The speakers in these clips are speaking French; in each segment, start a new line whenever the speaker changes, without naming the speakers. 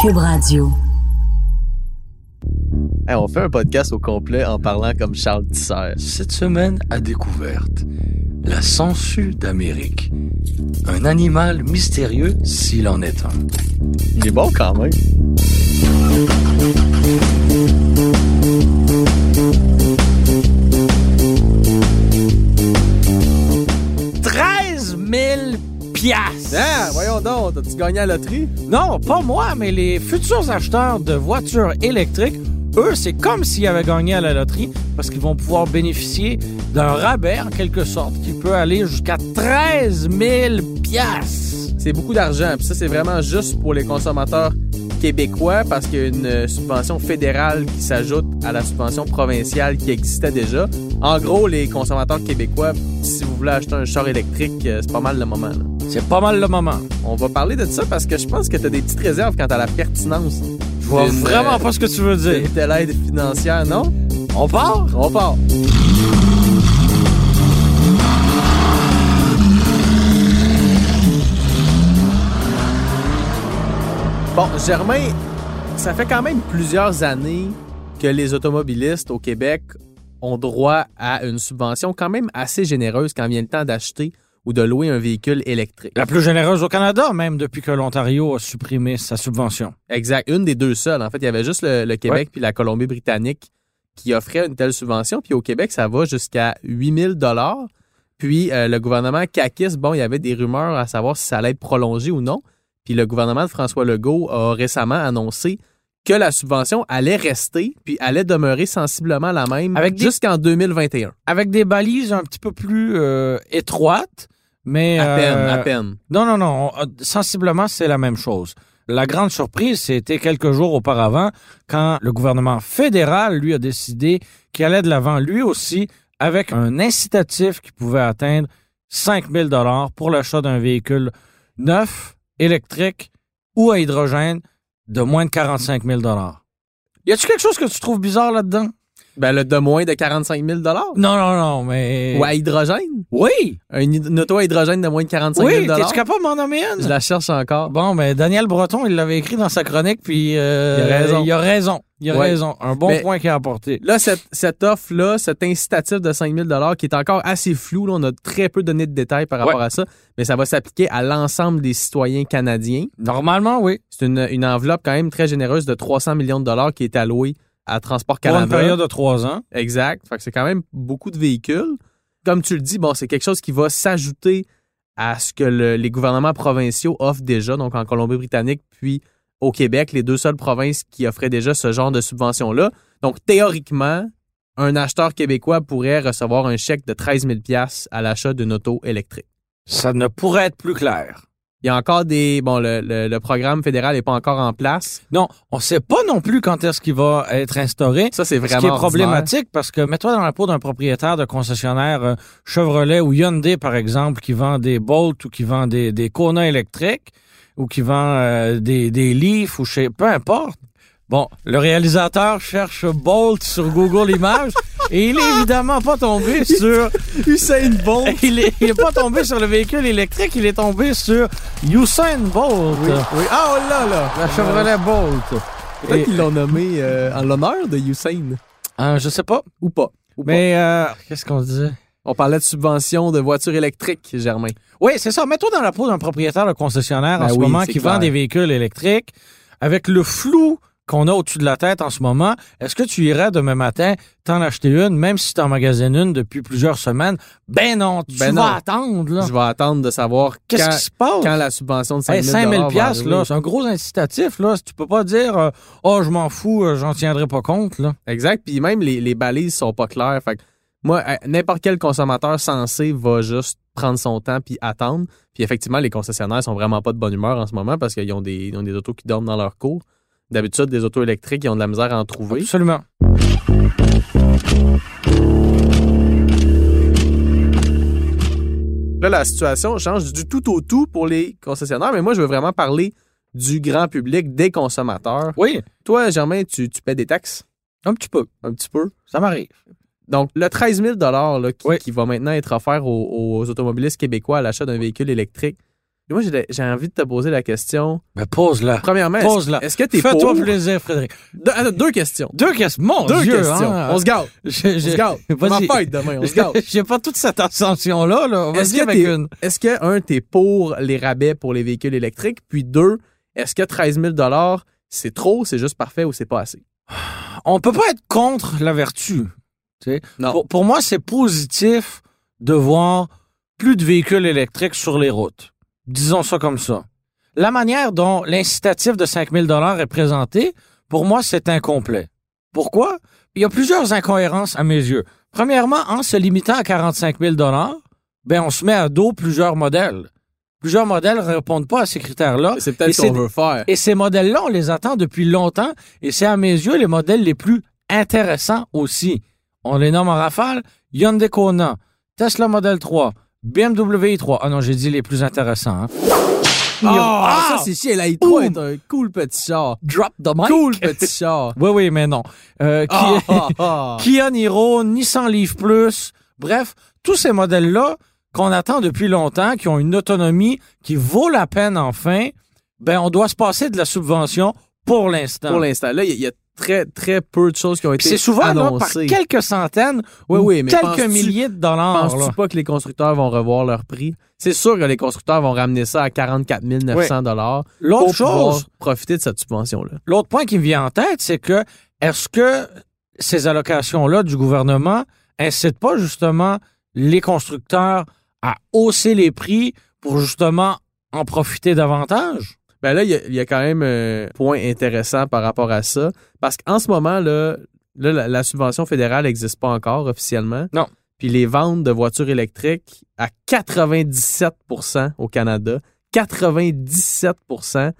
Cube Radio.
Hey, on fait un podcast au complet en parlant comme Charles Tisser.
Cette semaine à découverte, la sangsue d'Amérique. Un animal mystérieux s'il en est un.
Il est bon quand même.
piastres.
Ah, voyons donc, t'as-tu gagné à la loterie?
Non, pas moi, mais les futurs acheteurs de voitures électriques, eux, c'est comme s'ils avaient gagné à la loterie parce qu'ils vont pouvoir bénéficier d'un rabais, en quelque sorte, qui peut aller jusqu'à 13 000 piastres.
C'est beaucoup d'argent, puis ça, c'est vraiment juste pour les consommateurs québécois parce qu'il y a une euh, subvention fédérale qui s'ajoute à la subvention provinciale qui existait déjà. En gros, les consommateurs québécois, si vous voulez acheter un char électrique, euh, c'est pas mal le moment. là.
C'est pas mal le moment.
On va parler de ça parce que je pense que t'as des petites réserves quant à la pertinence
Je vois
D'une, euh,
vraiment pas ce que tu veux
de
dire.
de l'aide financière, non?
On part?
On part! Bon, Germain, ça fait quand même plusieurs années que les automobilistes au Québec ont droit à une subvention quand même assez généreuse quand vient le temps d'acheter ou de louer un véhicule électrique.
La plus généreuse au Canada, même depuis que l'Ontario a supprimé sa subvention.
Exact, une des deux seules. En fait, il y avait juste le, le Québec
Ouais.
puis la Colombie-Britannique qui offraient une telle subvention. Puis au Québec, ça va jusqu'à 8000 dollars. Puis euh, le gouvernement CACIS, bon, il y avait des rumeurs à savoir si ça allait être prolongé ou non. Puis le gouvernement de François Legault a récemment annoncé que la subvention allait rester puis allait demeurer sensiblement la même
Avec des-
jusqu'en 2021.
Avec des balises un petit peu plus euh, étroites, mais...
À peine,
euh,
à peine.
Non, non, non. On- euh, Sensiblement, c'est la même chose. La grande surprise, c'était quelques jours auparavant, quand le gouvernement fédéral, lui, a décidé qu'il allait de l'avant, lui aussi, avec un incitatif qui pouvait atteindre 5 000 pour l'achat d'un véhicule neuf, électrique ou à hydrogène de moins de 45 000 Y a-tu quelque chose que tu trouves bizarre là-dedans?
Ben, le de moins de 45 000 dollars.
Non, non, non, mais...
Ou à hydrogène?
Oui!
Un, hy- une auto à hydrogène de moins de 45 000
Oui, t'es-tu capable de m'en nommer une?
Je la cherche encore.
Ah, Bon, mais Daniel Breton, il l'avait écrit dans sa chronique, puis euh,
Il a raison.
Il a raison. Il a
Ouais.
raison. Un bon
Mais-
point qu'il a apporté.
Là, cette, cette offre-là, cet incitatif de 5 000 qui est encore assez flou, là, on a très peu donné de détails par rapport à ça, mais ça va s'appliquer à l'ensemble des citoyens canadiens.
Normalement, oui.
C'est une, une enveloppe quand même très généreuse de 300 millions de dollars qui est allouée à Transport
Pour une
Canada.
période de trois ans.
Exact. Fait que c'est quand même beaucoup de véhicules. Comme tu le dis, bon, c'est quelque chose qui va s'ajouter à ce que le- les gouvernements provinciaux offrent déjà, donc en Colombie-Britannique puis au Québec, les deux seules provinces qui offraient déjà ce genre de subvention-là. Donc théoriquement, un acheteur québécois pourrait recevoir un chèque de 13 000 piastres à l'achat d'une auto électrique.
Ça ne pourrait être plus clair.
Il y a encore des... Bon, le, le- le programme fédéral n'est pas encore en place.
Non, on ne sait pas non plus quand est-ce qu'il va être instauré.
Ça, c'est
Ce
vraiment
qui est
ordinaire.
problématique parce que mets-toi dans la peau d'un propriétaire de concessionnaire euh, Chevrolet ou Hyundai, par exemple, qui vend des Bolt ou qui vend des, des Kona électriques ou qui vend euh, des, des Leaf ou chez... Peu importe. Bon, le réalisateur cherche Bolt sur Google Images et il est évidemment pas tombé sur...
Usain Bolt.
Il est, il est pas tombé sur le véhicule électrique, il est tombé sur Usain Bolt.
Oui, oui. Ah, on l'a, là!
La Chevrolet Bolt.
Peut-être
Et-
qu'ils l'ont nommé euh, en l'honneur de Usain.
Euh, je sais pas.
Ou pas. Ou pas.
Mais euh, qu'est-ce qu'on disait?
On parlait de subvention de voitures électriques, Germain.
Oui, c'est ça. Mets-toi dans la peau d'un propriétaire de concessionnaire
Ben
en ce
oui,
moment
c'est
qui
clair.
vend des véhicules électriques. Avec le flou qu'on a au-dessus de la tête en ce moment, est-ce que tu irais demain matin t'en acheter une, même si tu en magasines une depuis plusieurs semaines? Ben non, tu
Ben
vas
non.
attendre. là.
Je vais attendre de savoir
Qu'est-ce
quand,
qui se passe?
quand la subvention de 5
Hey,
000,
5 000
va
piastres,
arriver.
là, c'est un gros incitatif. Là. Tu peux pas dire euh, Oh, je m'en fous, euh, j'en tiendrai pas compte. Là.
Exact. Puis même les, les balises sont pas claires. Fait que moi, euh, n'importe quel consommateur sensé va juste prendre son temps puis attendre. Puis effectivement, les concessionnaires sont vraiment pas de bonne humeur en ce moment parce qu'ils ont des, ils ont des autos qui dorment dans leur cours. D'habitude, des autos électriques, ils ont de la misère à en trouver.
Absolument.
Là, la situation change du tout au tout pour les concessionnaires, mais moi, je veux vraiment parler du grand public, des consommateurs.
Oui,
Toi, Germain, tu, tu paies des taxes
un petit peu.
un petit peu.
Ça m'arrive.
Donc, le 13 000 là, qui,
Oui.
qui va maintenant être offert aux, aux automobilistes québécois à l'achat d'un véhicule électrique. Et moi, j'ai de- j'ai envie de te poser la question.
Mais Ben, pose-la.
Premièrement, est-ce
Pose-la.
est-ce que tu es
Fais-toi
pour...
plaisir, Frédéric.
Deux, attends, deux questions.
Deux questions. Mon
Deux
Dieu,
questions.
hein.
On se gâte.
Je-
On
je-
se gâte. On
Vas-y.
en fête demain. On se gâte.
J'ai pas toute cette ascension-là. Là.
Est-ce
Vas-y
que
avec
t'es-
une.
Est-ce que, un, tu es pour les rabais pour les véhicules électriques? Puis deux, est-ce que 13 000 c'est trop, c'est juste parfait ou c'est pas assez?
On peut pas être contre la vertu.
Non.
Pour, pour moi, c'est positif de voir plus de véhicules électriques sur les routes. Disons ça comme ça. La manière dont l'incitatif de 5 000 est présenté, pour moi, c'est incomplet. Pourquoi? Il y a plusieurs incohérences à mes yeux. Premièrement, en se limitant à 45 000 ben, on se met à dos plusieurs modèles. Plusieurs modèles ne répondent pas à ces critères-là.
Ah, C'est
Et
peut-être ce
c'est-
qu'on veut faire.
Et ces modèles-là, on les attend depuis longtemps et c'est à mes yeux les modèles les plus intéressants aussi. On les nomme en rafale Hyundai Kona, Tesla Model 3, BMW i3. Ah non, j'ai dit les plus intéressants. hein.
Ah,
Ah!
ça, c'est chier. La i3
Ouh!
est un cool petit char.
Drop the mic.
Cool petit char.
Oui, oui, mais non. Euh, qui-
Ah, ah, ah.
Kia Niro, Nissan Leaf Plus, bref, tous ces modèles-là qu'on attend depuis longtemps, qui ont une autonomie qui vaut la peine enfin, ben on doit se passer de la subvention pour l'instant.
Pour l'instant, là, il y a- il y, a très, très peu de choses qui ont
Puis
été
C'est souvent là, par
annoncées.
quelques centaines
Oui,
ou
oui, mais
quelques
penses-tu-
milliers de dollars. là.
Penses-tu pas que les constructeurs vont revoir leur prix? C'est sûr que les constructeurs vont ramener ça à 44 900 dollars
L'autre
pour pouvoir
chose,
profiter de cette subvention-là.
l'autre point qui me vient en tête, c'est que est-ce que ces allocations-là du gouvernement incitent pas justement les constructeurs à hausser les prix pour justement en profiter davantage?
Ben là, il y, a- il y a quand même un point intéressant par rapport à ça. Parce qu'en ce moment, là, là, la, la subvention fédérale n'existe pas encore officiellement.
Non.
Puis les ventes de voitures électriques à 97 au Canada, 97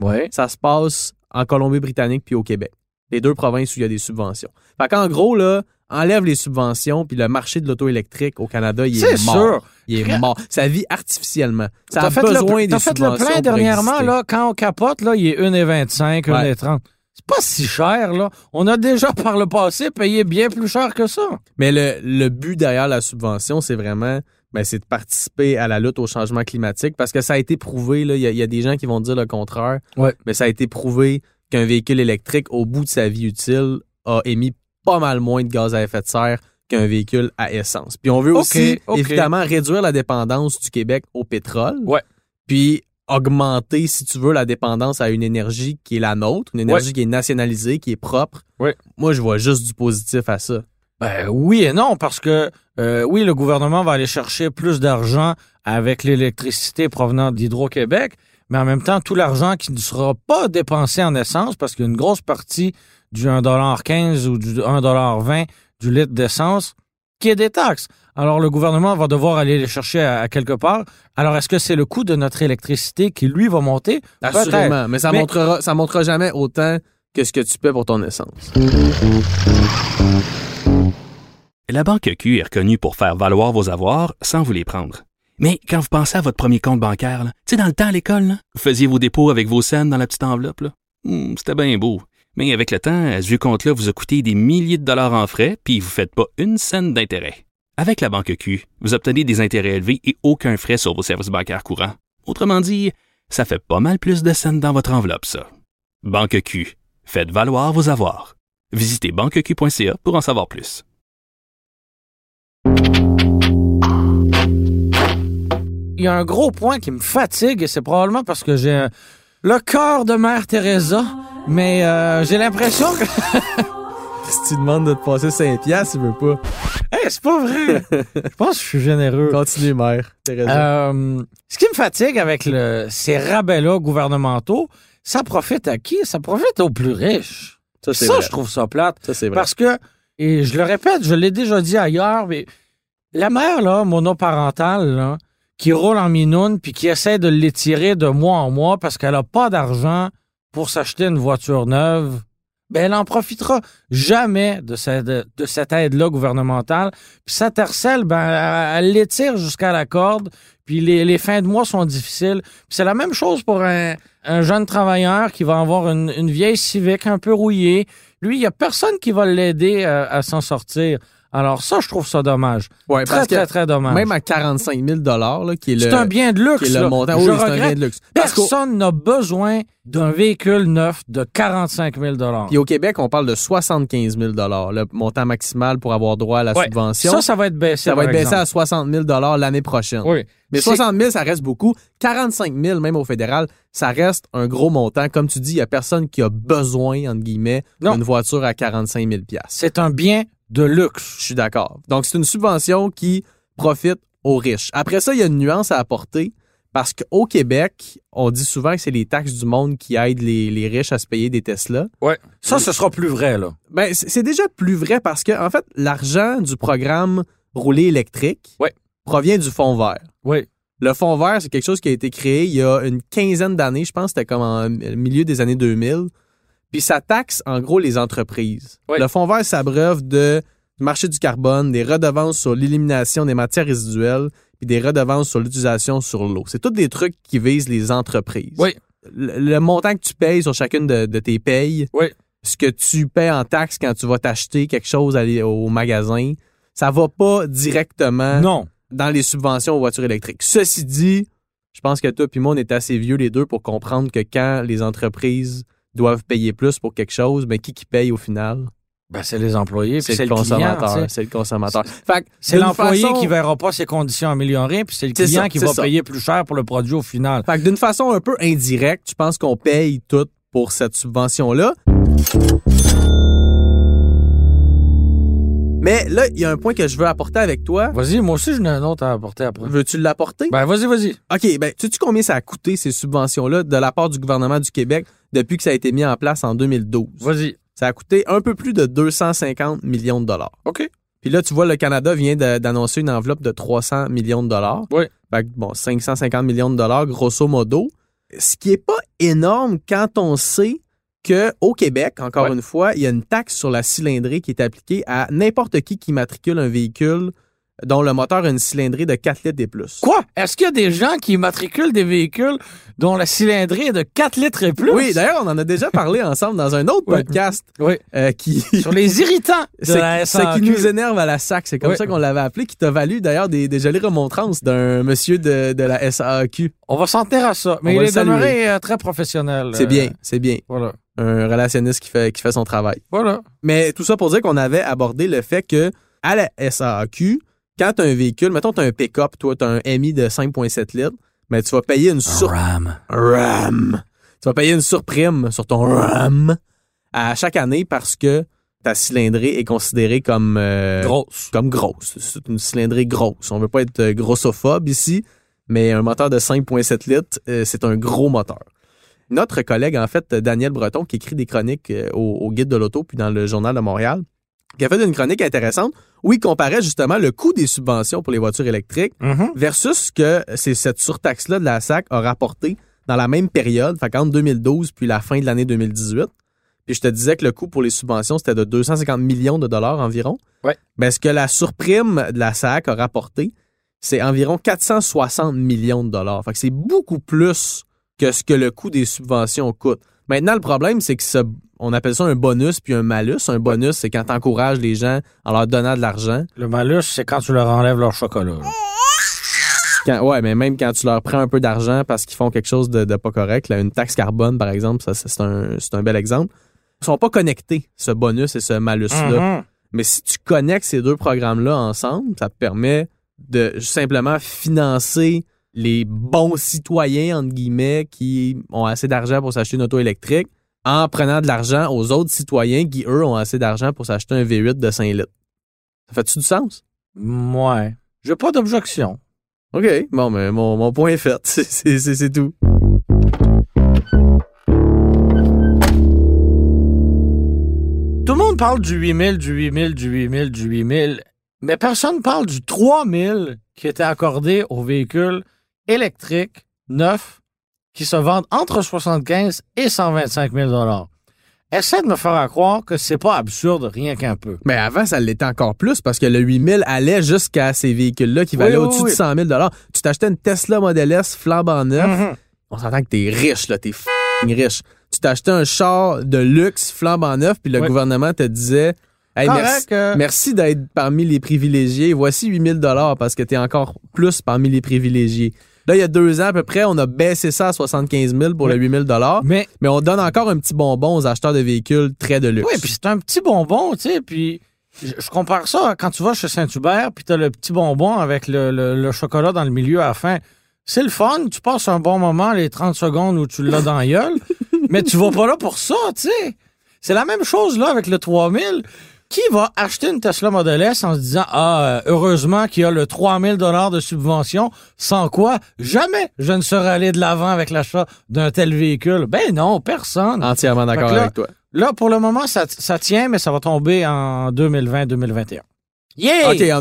Oui.
ça se passe en Colombie-Britannique puis au Québec. Les deux provinces où il y a des subventions. Fait qu'en gros, là, enlève les subventions, puis le marché de l'auto électrique au Canada, il est,
C'est
mort.
sûr.
Il est
Très-
mort. Ça vit artificiellement. Ça
T'as
a
fait le-
besoin des
t'as fait
subventions.
le plein
pour
dernièrement,
exister.
là, quand on capote, là, il est 1,25,
Ouais.
1,30. C'est pas si cher, là. On a déjà, par le passé, payé bien plus cher que ça.
Mais le, le but derrière la subvention, c'est vraiment ben, c'est de participer à la lutte au changement climatique parce que ça a été prouvé, là, il y, a- il y a des gens qui vont dire le contraire,
Ouais.
mais ça a été prouvé qu'un véhicule électrique, au bout de sa vie utile, a émis pas mal moins de gaz à effet de serre qu'un véhicule à essence. Puis on veut
Ok,
aussi,
ok.
évidemment, réduire la dépendance du Québec au pétrole.
Ouais.
Puis augmenter, si tu veux, la dépendance à une énergie qui est la nôtre, une énergie qui est nationalisée, qui est propre.
Ouais.
Moi, je vois juste du positif à ça.
Ben oui et non, parce que euh, oui, le gouvernement va aller chercher plus d'argent avec l'électricité provenant d'Hydro-Québec, mais en même temps, tout l'argent qui ne sera pas dépensé en essence, parce qu'une grosse partie du 1,15 ou du 1,20 du litre d'essence, qui est des taxes. Alors, le gouvernement va devoir aller les chercher à, à quelque part. Alors, est-ce que c'est le coût de notre électricité qui, lui, va monter? Peut-être.
Assurément, mais ça
Mais-
montrera ça montrera jamais autant que ce que tu paies pour ton essence.
La Banque Q est reconnue pour faire valoir vos avoirs sans vous les prendre. Mais quand vous pensez à votre premier compte bancaire, là, tu sais, dans le temps à l'école, là, vous faisiez vos dépôts avec vos scènes dans la petite enveloppe. là. Hum, C'était bien beau. Mais avec le temps, à ce vieux compte-là vous a coûté des milliers de dollars en frais, puis vous ne faites pas une scène d'intérêt. Avec la Banque Q, vous obtenez des intérêts élevés et aucun frais sur vos services bancaires courants. Autrement dit, ça fait pas mal plus de scènes dans votre enveloppe, ça. Banque Q. Faites valoir vos avoirs. Visitez banqueq.ca pour en savoir plus.
il y a un gros point qui me fatigue et c'est probablement parce que j'ai euh, le cœur de Mère Teresa, mais euh, j'ai l'impression que
Si tu demandes de te passer 5 piastres, il veut pas.
Hey, c'est pas vrai. Je pense que je suis généreux.
Continue, mère. T'as raison.
Euh, ce qui me fatigue avec le, ces rabais-là gouvernementaux, ça profite à qui Ça profite aux plus riches.
ça, c'est
ça
vrai.
je trouve ça plate.
Ça, c'est vrai.
Parce que, et je le répète, je l'ai déjà dit ailleurs, mais la mère là, monoparentale, là, qui roule en minoune puis qui essaie de l'étirer de mois en mois parce qu'elle n'a pas d'argent pour s'acheter une voiture neuve, ben elle en profitera jamais de cette, de cette aide-là gouvernementale. Puis sa tercelle, ben, elle elle l'étire jusqu'à la corde, puis les, les fins de mois sont difficiles. Puis c'est la même chose pour un, un jeune travailleur qui va avoir une, une vieille civique un peu rouillée. Lui, il n'y a personne qui va l'aider à, à s'en sortir. Alors ça, je trouve ça dommage.
Ouais,
Très,
parce que
très, très dommage.
même à 45 000 là, qui est le,
C'est un bien de
qui est
luxe.
le
là.
montant.
Je
Oui, c'est un
regrette.
bien de luxe. Parce qu'au-
Personne n'a besoin d'un véhicule neuf de 45 000
Puis au Québec, on parle de 75 000 le montant maximal pour avoir droit à la
Ouais.
subvention.
Ça, ça va être baissé.
Ça va
par
être baissé
exemple.
à 60 000 l'année prochaine.
Oui.
Mais
C'est-
60 000, ça reste beaucoup. 45 000, même au fédéral, ça reste un gros montant. Comme tu dis, il n'y a personne qui a besoin, entre guillemets,
Non.
d'une voiture à 45 000
C'est un bien de luxe.
Je suis d'accord. Donc, c'est une subvention qui profite aux riches. Après ça, il y a une nuance à apporter parce qu'au Québec, on dit souvent que c'est les taxes du monde qui aident les, les riches à se payer des Tesla.
Ça, ce sera plus vrai, là.
Ben, c- c'est déjà plus vrai parce que, en fait, l'argent du programme roulé électrique
Ouais.
provient du fonds vert.
Oui.
Le fonds vert, c'est quelque chose qui a été créé il y a une quinzaine d'années, je pense, que c'était comme en euh, milieu des années 2000. Puis ça taxe, en gros, les entreprises.
Oui.
Le fonds vert s'abreuve de du marché du carbone, des redevances sur l'élimination des matières résiduelles, puis des redevances sur l'utilisation sur l'eau. C'est tous des trucs qui visent les entreprises.
Oui.
Le, le montant que tu payes sur chacune de, de tes payes,
Oui.
ce que tu payes en taxes quand tu vas t'acheter quelque chose aller au magasin, ça va pas directement
Hein? Non.
dans les subventions aux voitures électriques. Ceci dit, je pense que toi puis moi, on est assez vieux les deux pour comprendre que quand les entreprises doivent payer plus pour quelque chose, mais qui qui paye au final?
Ben, c'est les employés, puis
C'est
c'est
le
le client. tu
consommateur.
sais.
C'est le consommateur. Fait que,
C'est
d'une
l'employé
façon-
qui verra pas ses conditions améliorées, puis c'est le
C'est
client
ça,
qui
c'est
va
ça.
payer plus cher pour le produit au final.
Fait que d'une façon un peu indirecte, je pense qu'on paye tout pour cette subvention-là. Mais là, il y a un point que je veux apporter avec toi.
Vas-y, moi aussi, j'en ai un autre à apporter après.
Veux-tu l'apporter?
Ben, vas-y, vas-y.
OK, ben, sais-tu combien ça a coûté ces subventions-là de la part du gouvernement du Québec depuis que ça a été mis en place en 2012?
Vas-y.
Ça a coûté un peu plus de 250 millions de dollars.
OK.
Puis là, tu vois, le Canada vient de- d'annoncer une enveloppe de 300 millions de dollars.
Oui.
Fait que, bon, 550 millions de dollars, grosso modo. Ce qui est pas énorme quand on sait que au Québec, encore
Ouais.
une fois, il y a une taxe sur la cylindrée qui est appliquée à n'importe qui qui matricule un véhicule dont le moteur a une cylindrée de 4 litres et plus.
Quoi? Est-ce qu'il y a des gens qui matriculent des véhicules dont la cylindrée est de 4 litres et plus?
Oui, d'ailleurs, on en a déjà parlé ensemble dans un autre
Oui.
podcast
Oui.
euh, qui,
Sur les irritants de
Ce,
la
qui- ce qui
SAQ.
nous énerve à la SAC, c'est comme
Oui.
ça qu'on l'avait appelé, qui t'a valu d'ailleurs des, des jolies remontrances d'un monsieur de, de la SAQ.
On va s'en tenir à ça. Mais
On va
il
le
est
saluer.
demeuré euh, très professionnel.
C'est
euh,
bien, c'est bien.
Voilà.
Un relationniste qui fait, qui fait son travail.
Voilà.
Mais tout ça pour dire qu'on avait abordé le fait que à la SAQ, quand t'as un véhicule, mettons t'as un pick-up, toi t'as un MI de 5.7 litres, mais tu vas payer
Ah
une sur
Ram.
RAM. Tu vas payer une surprime sur ton RAM à chaque année parce que ta cylindrée est considérée comme euh,
Grosse.
comme grosse. C'est une cylindrée grosse. On veut pas être euh, grossophobe ici, mais un moteur de 5.7 litres, euh, c'est un gros moteur. Notre collègue, en fait, euh, Daniel Breton, qui écrit des chroniques euh, au, au Guide de l'auto, puis dans le Journal de Montréal, qui a fait une chronique intéressante où il comparait justement le coût des subventions pour les voitures électriques
Mhm.
versus ce que c'est cette surtaxe-là de la SAC a rapporté dans la même période, fait qu'entre 2012 puis la fin de l'année 2018. Puis je te disais que le coût pour les subventions, c'était de 250 millions de dollars environ.
Ouais.
Ben, ce que la surprime de la SAC a rapporté, c'est environ 460 millions de dollars. Fait que c'est beaucoup plus que ce que le coût des subventions coûte. Maintenant, le problème, c'est que ça- on appelle ça un bonus puis un malus. Un bonus, c'est quand tu encourages les gens en leur donnant de l'argent.
Le malus, c'est quand tu leur enlèves leur chocolat. là.
Quand- ouais, mais même quand tu leur prends un peu d'argent parce qu'ils font quelque chose de, de pas correct, là, une taxe carbone, par exemple, ça, ça, c'est un, c'est un bel exemple. Ils sont pas connectés, ce bonus et ce malus-là.
Mhm.
Mais si tu connectes ces deux programmes-là ensemble, ça te permet de simplement financer les bons citoyens, entre guillemets, qui ont assez d'argent pour s'acheter une auto électrique, en prenant de l'argent aux autres citoyens qui, eux, ont assez d'argent pour s'acheter un V8 de 5 litres. Ça fait-tu du sens?
Ouais. J'ai pas d'objection.
OK. Bon, mais mon, mon point est fait. C'est- C'est c'est- c'est tout.
Tout le monde parle du 8000, du 8000, du 8000, du 8000, mais personne parle du 3000 qui était accordée aux véhicules électriques neufs qui se vendent entre 75 et 125 000 Essaie de me faire à croire que c'est pas absurde rien qu'un peu.
Mais avant, ça l'était encore plus parce que le 8000 allait jusqu'à ces véhicules-là qui
Oui,
valaient
oui,
au-dessus
oui.
de 100 000 Tu t'achetais une Tesla Model S flambant neuf.
Mhm.
On s'entend que t'es riche, là. T'es f***ing riche. Tu t'achetais un char de luxe flambant neuf, puis le
Oui.
gouvernement te disait hey,
Correct,
merci,
euh,
merci d'être parmi les privilégiés. Voici 8000 parce que t'es encore plus parmi les privilégiés. Là, il y a deux ans à peu près, on a baissé ça à 75 000 pour le 8000
mais
mais on donne encore un petit bonbon aux acheteurs de véhicules très de luxe.
Oui, puis c'est un petit bonbon, tu sais, puis je, je compare ça à quand tu vas chez Saint-Hubert, puis t'as le petit bonbon avec le, le- le chocolat dans le milieu à la fin. C'est le fun, tu passes un bon moment les 30 secondes où tu l'as dans la gueule, mais tu vas pas là pour ça, tu sais. C'est la même chose là avec le 3000. Qui va acheter une Tesla Model S en se disant ah euh, heureusement qu'il y a le 3000 dollars de subvention sans quoi jamais je ne serais allé de l'avant avec l'achat d'un tel véhicule. Ben non, personne.
Entièrement d'accord
Fait que là-
avec toi.
Là, pour le moment, ça, ça tient, mais ça va tomber en 2020-2021. Yeah!
OK, en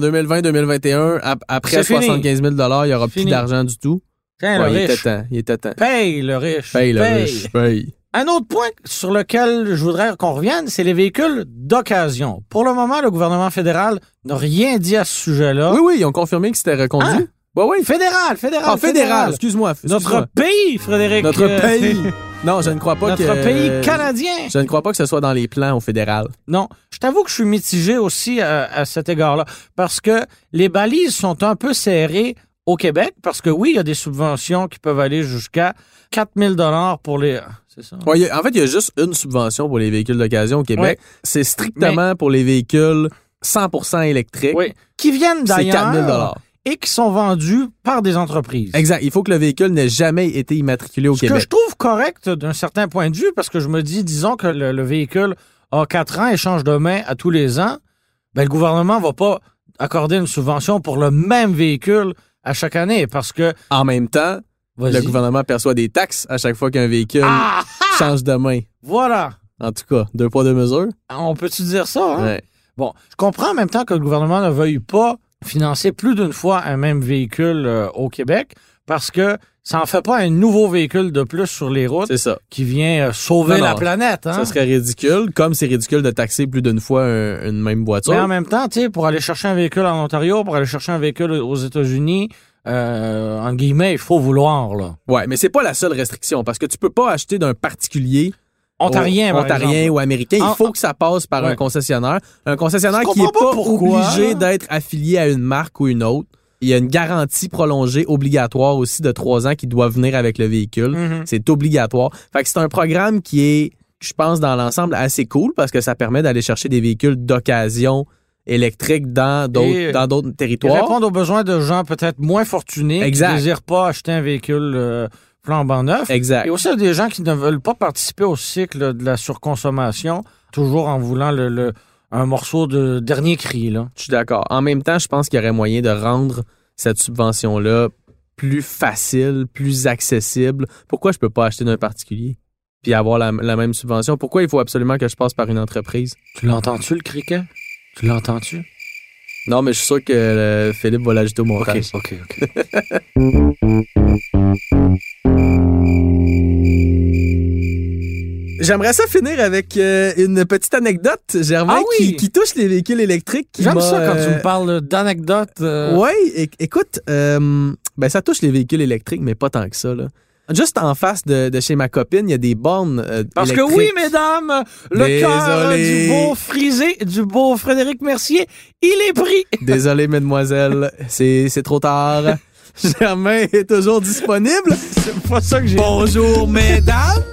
2020-2021, ap- après
C'est fini.
75 000 il n'y aura plus
Fini.
d'argent du tout.
Tiens,
Ouais,
le
il était
riche.
temps. Il était temps.
Paye le riche.
Paye le riche. Paye.
Un autre point sur lequel je voudrais qu'on revienne, c'est les véhicules d'occasion. Pour le moment, le gouvernement fédéral n'a rien dit à ce sujet-là.
Oui, oui, ils ont confirmé que c'était reconduit.
Hein?
Ouais, oui.
Ah. Fédéral, fédéral,
Ah, fédéral. Excuse-moi.
Notre
excuse-moi.
pays, Frédéric.
Notre
euh,
pays. Non, je ne crois pas
Notre
que.
pays canadien.
Je ne crois pas que ce soit dans les plans au fédéral.
Non, je t'avoue que je suis mitigé aussi euh, à, cet égard-là, parce que les balises sont un peu serrées au Québec, parce que oui, il y a des subventions qui peuvent aller jusqu'à 4000 dollars pour les... C'est ça?
Ouais, il y a- en fait, il y a juste une subvention pour les véhicules d'occasion au Québec. C'est strictement pour les véhicules 100 électriques.
Oui. Qui viennent
C'est 4 000
d'ailleurs et qui sont vendus par des entreprises.
Exact. Il faut que le véhicule n'ait jamais été immatriculé au
Ce que
Québec.
je trouve correct d'un certain point de vue, parce que je me dis, disons que le, le véhicule a 4 ans et change de main à tous les ans, ben, le gouvernement va pas accorder une subvention pour le même véhicule à chaque année, parce que...
En même temps, le
Vas-y.
gouvernement perçoit des taxes à chaque fois qu'un véhicule
Ah!
change de main.
Voilà.
En tout cas, deux poids, deux mesures.
Ah, On peut-tu dire ça? hein?
Ouais.
Bon, je comprends en même temps que le gouvernement ne veuille pas financer plus d'une fois un même véhicule euh, au Québec parce que ça en fait pas un nouveau véhicule de plus sur les routes
C'est ça.
qui vient euh, sauver
Non, non.
la planète. Hein?
Ça serait ridicule, comme c'est ridicule de taxer plus d'une fois un- une même voiture.
Mais en même temps, tu sais, pour aller chercher un véhicule en Ontario, pour aller chercher un véhicule aux États-Unis, euh, en guillemets, il faut vouloir. Là.
Ouais, mais c'est pas la seule restriction parce que tu peux pas acheter d'un particulier
Ontarien,
au-
par
ontarien
exemple.
ou américain. Il
En-
faut que ça passe par
Ouais.
un concessionnaire. Un concessionnaire
Je
qui est
comprends pas
pas
pourquoi.
obligé d'être affilié à une marque ou une autre. Il y a une garantie prolongée obligatoire aussi de trois ans qui doit venir avec le véhicule.
Mhm.
C'est obligatoire. Fait que c'est un programme qui est, je pense, dans l'ensemble assez cool parce que ça permet d'aller chercher des véhicules d'occasion électriques dans
Et, euh,
d'autres dans d'autres
Ils
territoires.
répondent aux besoins de gens peut-être moins fortunés qui
Exact.
ne désirent pas acheter un véhicule euh, flambant neuf.
Exact.
Et aussi, il y a des gens qui ne veulent pas participer au cycle de la surconsommation, toujours en voulant le, le- un morceau de dernier cri. Là.
Je suis d'accord. En même temps, je pense qu'il y aurait moyen de rendre cette subvention-là plus facile, plus accessible. Pourquoi je peux pas acheter d'un particulier puis avoir la, la même subvention? Pourquoi il faut absolument que je passe par une entreprise?
Tu l'entends-tu, le criquet? Tu l'entends-tu?
Non, mais je suis sûr que euh, Philippe va l'ajouter au montage.
OK, OK.
J'aimerais ça finir avec euh, une petite anecdote, Germain,
Ah oui!
qui, qui touche les véhicules électriques. qui
J'aime
m'a,
ça quand tu
euh,
me parles d'anecdotes. euh,
Oui, écoute, euh, ben ça touche les véhicules électriques, mais pas tant que ça. Là. Juste en face de, de chez ma copine, il y a des bornes euh,
Parce que
électriques.
oui, mesdames, le cœur du
Désolé.
beau frisé, du beau Frédéric Mercier, il est pris.
Désolé, mademoiselle, c'est c'est trop tard. Germain est toujours disponible.
C'est pas ça que j'ai...
Bonjour, mesdames.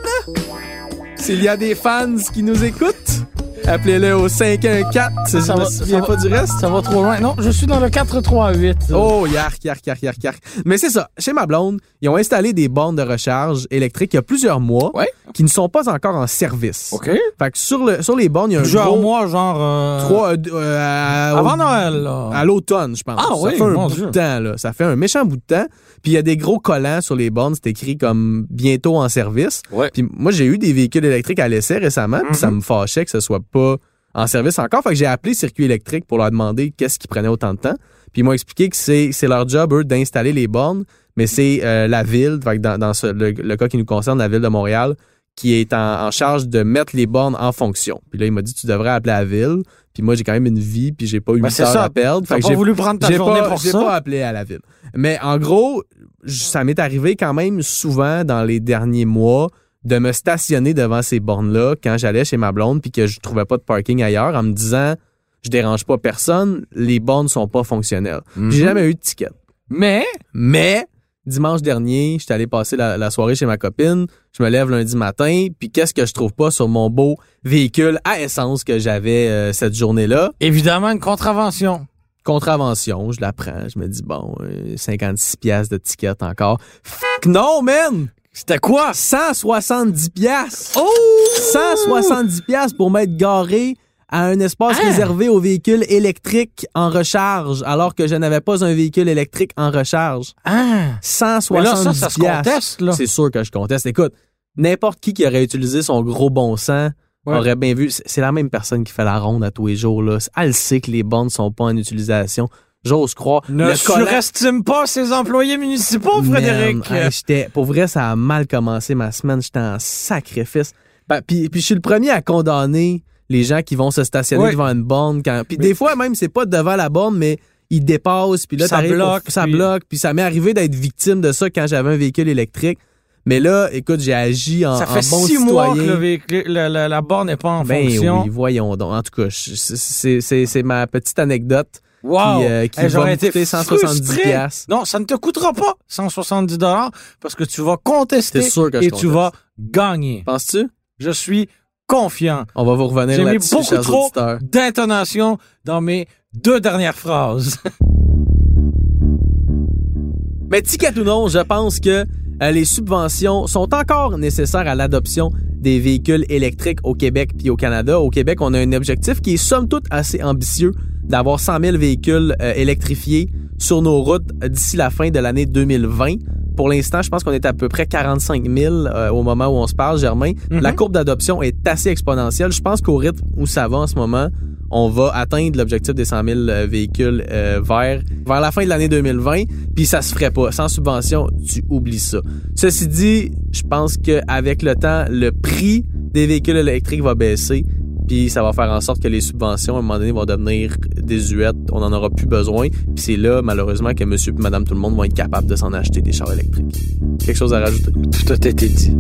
S'il y a des fans qui nous écoutent, appelez-le au 514.
Ça
Je ne me
va-
souviens
ça
pas du reste.
Ça va trop loin. Non, je suis dans le 4-3-8.
Oh, yark, yark, yark, yark, yark. Mais c'est ça. Chez ma blonde, ils ont installé des bornes de recharge électriques il y a plusieurs mois
Ouais.
qui ne sont pas encore en service.
OK.
Fait que sur, le, sur les bornes, il y a un
Plusieurs
gros
mois, genre... euh,
trois, euh, euh, à-
Avant Noël, là.
à l'automne, je pense.
Ah
ça
oui,
fait un
mon
bout
Dieu.
de temps, là. Ça fait un méchant bout de temps. Puis il y a des gros collants sur les bornes, c'est écrit comme bientôt en service.
Ouais. Mhm.
Puis moi, j'ai eu des véhicules électriques à l'essai récemment, puis ça me fâchait que ce soit pas en service encore. Fait que j'ai appelé Circuit électrique pour leur demander qu'est-ce qui prenait autant de temps. Puis ils m'ont expliqué que c'est c'est leur job, eux, d'installer les bornes, mais c'est euh, la ville, fait que dans, dans ce- le, le cas qui nous concerne, la ville de Montréal, qui est en, en charge de mettre les bornes en fonction. Puis là, il m'a dit, tu devrais appeler la ville. Puis moi, j'ai quand même une vie, puis j'ai pas eu
Ben,
huit
c'est
heures
ça.
à perdre.
T'as
Fait que
pas
j'ai
voulu prendre ta
j'ai
journée
pas,
pour
j'ai
ça?
pas appelé à la ville. Mais en gros, j- ça m'est arrivé quand même souvent dans les derniers mois de me stationner devant ces bornes-là quand j'allais chez ma blonde puis que je trouvais pas de parking ailleurs en me disant je dérange pas personne, les bornes sont pas fonctionnelles.
Mhm.
J'ai jamais eu de ticket.
Mais,
Mais dimanche dernier, j'étais allé passer la, la soirée chez ma copine. Je me lève lundi matin, puis qu'est-ce que je trouve pas sur mon beau véhicule à essence que j'avais euh, cette journée-là?
évidemment, une contravention.
Contravention, je la prends. Je me dis, bon, euh, 56 piastres de ticket encore. Fuck non, man!
C'était quoi?
170 piastres!
Oh!
170 piastres pour m'être garé à un espace
Hein?
réservé aux véhicules électriques en recharge, alors que je n'avais pas un véhicule électrique en recharge.
Ah!
170
Mais là, ça, ça se
piastres.
conteste, là.
C'est sûr que je conteste. Écoute, n'importe qui qui aurait utilisé son gros bon sens
Ouais.
aurait bien vu. C'est c'est la même personne qui fait la ronde à tous les jours. Là. Elle sait que les bornes sont pas en utilisation. J'ose croire.
Ne
Le collant-
surestime pas ses employés municipaux,
Man,
Frédéric.
hey, hein, j'étais- pour vrai, ça a mal commencé ma semaine. J'étais en sacrifice. Ben, puis, puis je suis le premier à condamner les gens qui vont se stationner
Ouais.
devant une borne. Quand... Puis
Mais-
des fois, même, c'est pas devant la borne, mais ils dépassent. Puis là,
Ça
t'arrives au-
bloque,
ça
puis-
bloque. Puis ça m'est arrivé d'être victime de ça quand j'avais un véhicule électrique. Mais là, écoute, j'ai agi en,
ça
en
fait
bon
six
citoyen.
mois que le véhicule- la, la- la borne n'est pas en
ben
fonction.
oui, voyons donc. En tout cas, je- c'est- c'est c'est- c'est ma petite anecdote
Wow!
qui, euh, qui
Hey,
va
j'aurais
me
été
coûter 170
frustré.
piastres.
Non, ça ne te coûtera pas 170 dollars parce que tu vas contester
C'est sûr que je
et tu
conteste.
vas gagner.
Penses-tu?
Je suis confiant.
On va vous revenir
J'ai mis
là-dessus,
beaucoup
chers
trop
auditeurs.
d'intonation dans mes deux dernières phrases.
Mais ticket ou non, je pense que euh, les subventions sont encore nécessaires à l'adoption des véhicules électriques au Québec puis au Canada. Au Québec, on a un objectif qui est somme toute assez ambitieux d'avoir 100 000 véhicules euh, électrifiés sur nos routes euh, d'ici la fin de l'année 2020. Pour l'instant, je pense qu'on est à peu près 45 000 euh, au moment où on se parle, Germain.
Mm-hmm.
Mhm.
La courbe d'adoption est assez exponentielle. Je pense qu'au rythme où ça va en ce moment, on va atteindre l'objectif des 100 000 euh, véhicules euh, verts vers la fin de l'année 2020, puis ça se ferait pas. Sans subvention, tu oublies ça. Ceci dit, je pense qu'avec le temps, le prix des véhicules électriques va baisser, puis ça va faire en sorte que les subventions, à un moment donné, vont devenir désuètes. On n'en aura plus besoin. Puis c'est là, malheureusement, que monsieur et madame tout le monde vont être capables de s'en acheter des chars électriques. Quelque chose à rajouter?
Tout a été dit.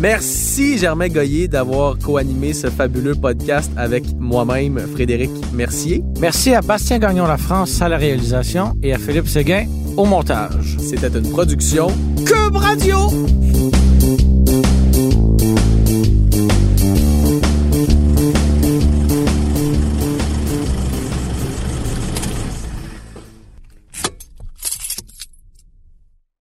Merci Germain Goyer d'avoir co-animé ce fabuleux podcast avec moi-même, Frédéric Mercier.
Merci à Bastien Gagnon La France à la réalisation et à Philippe Séguin au montage.
C'était une production
Cube Radio!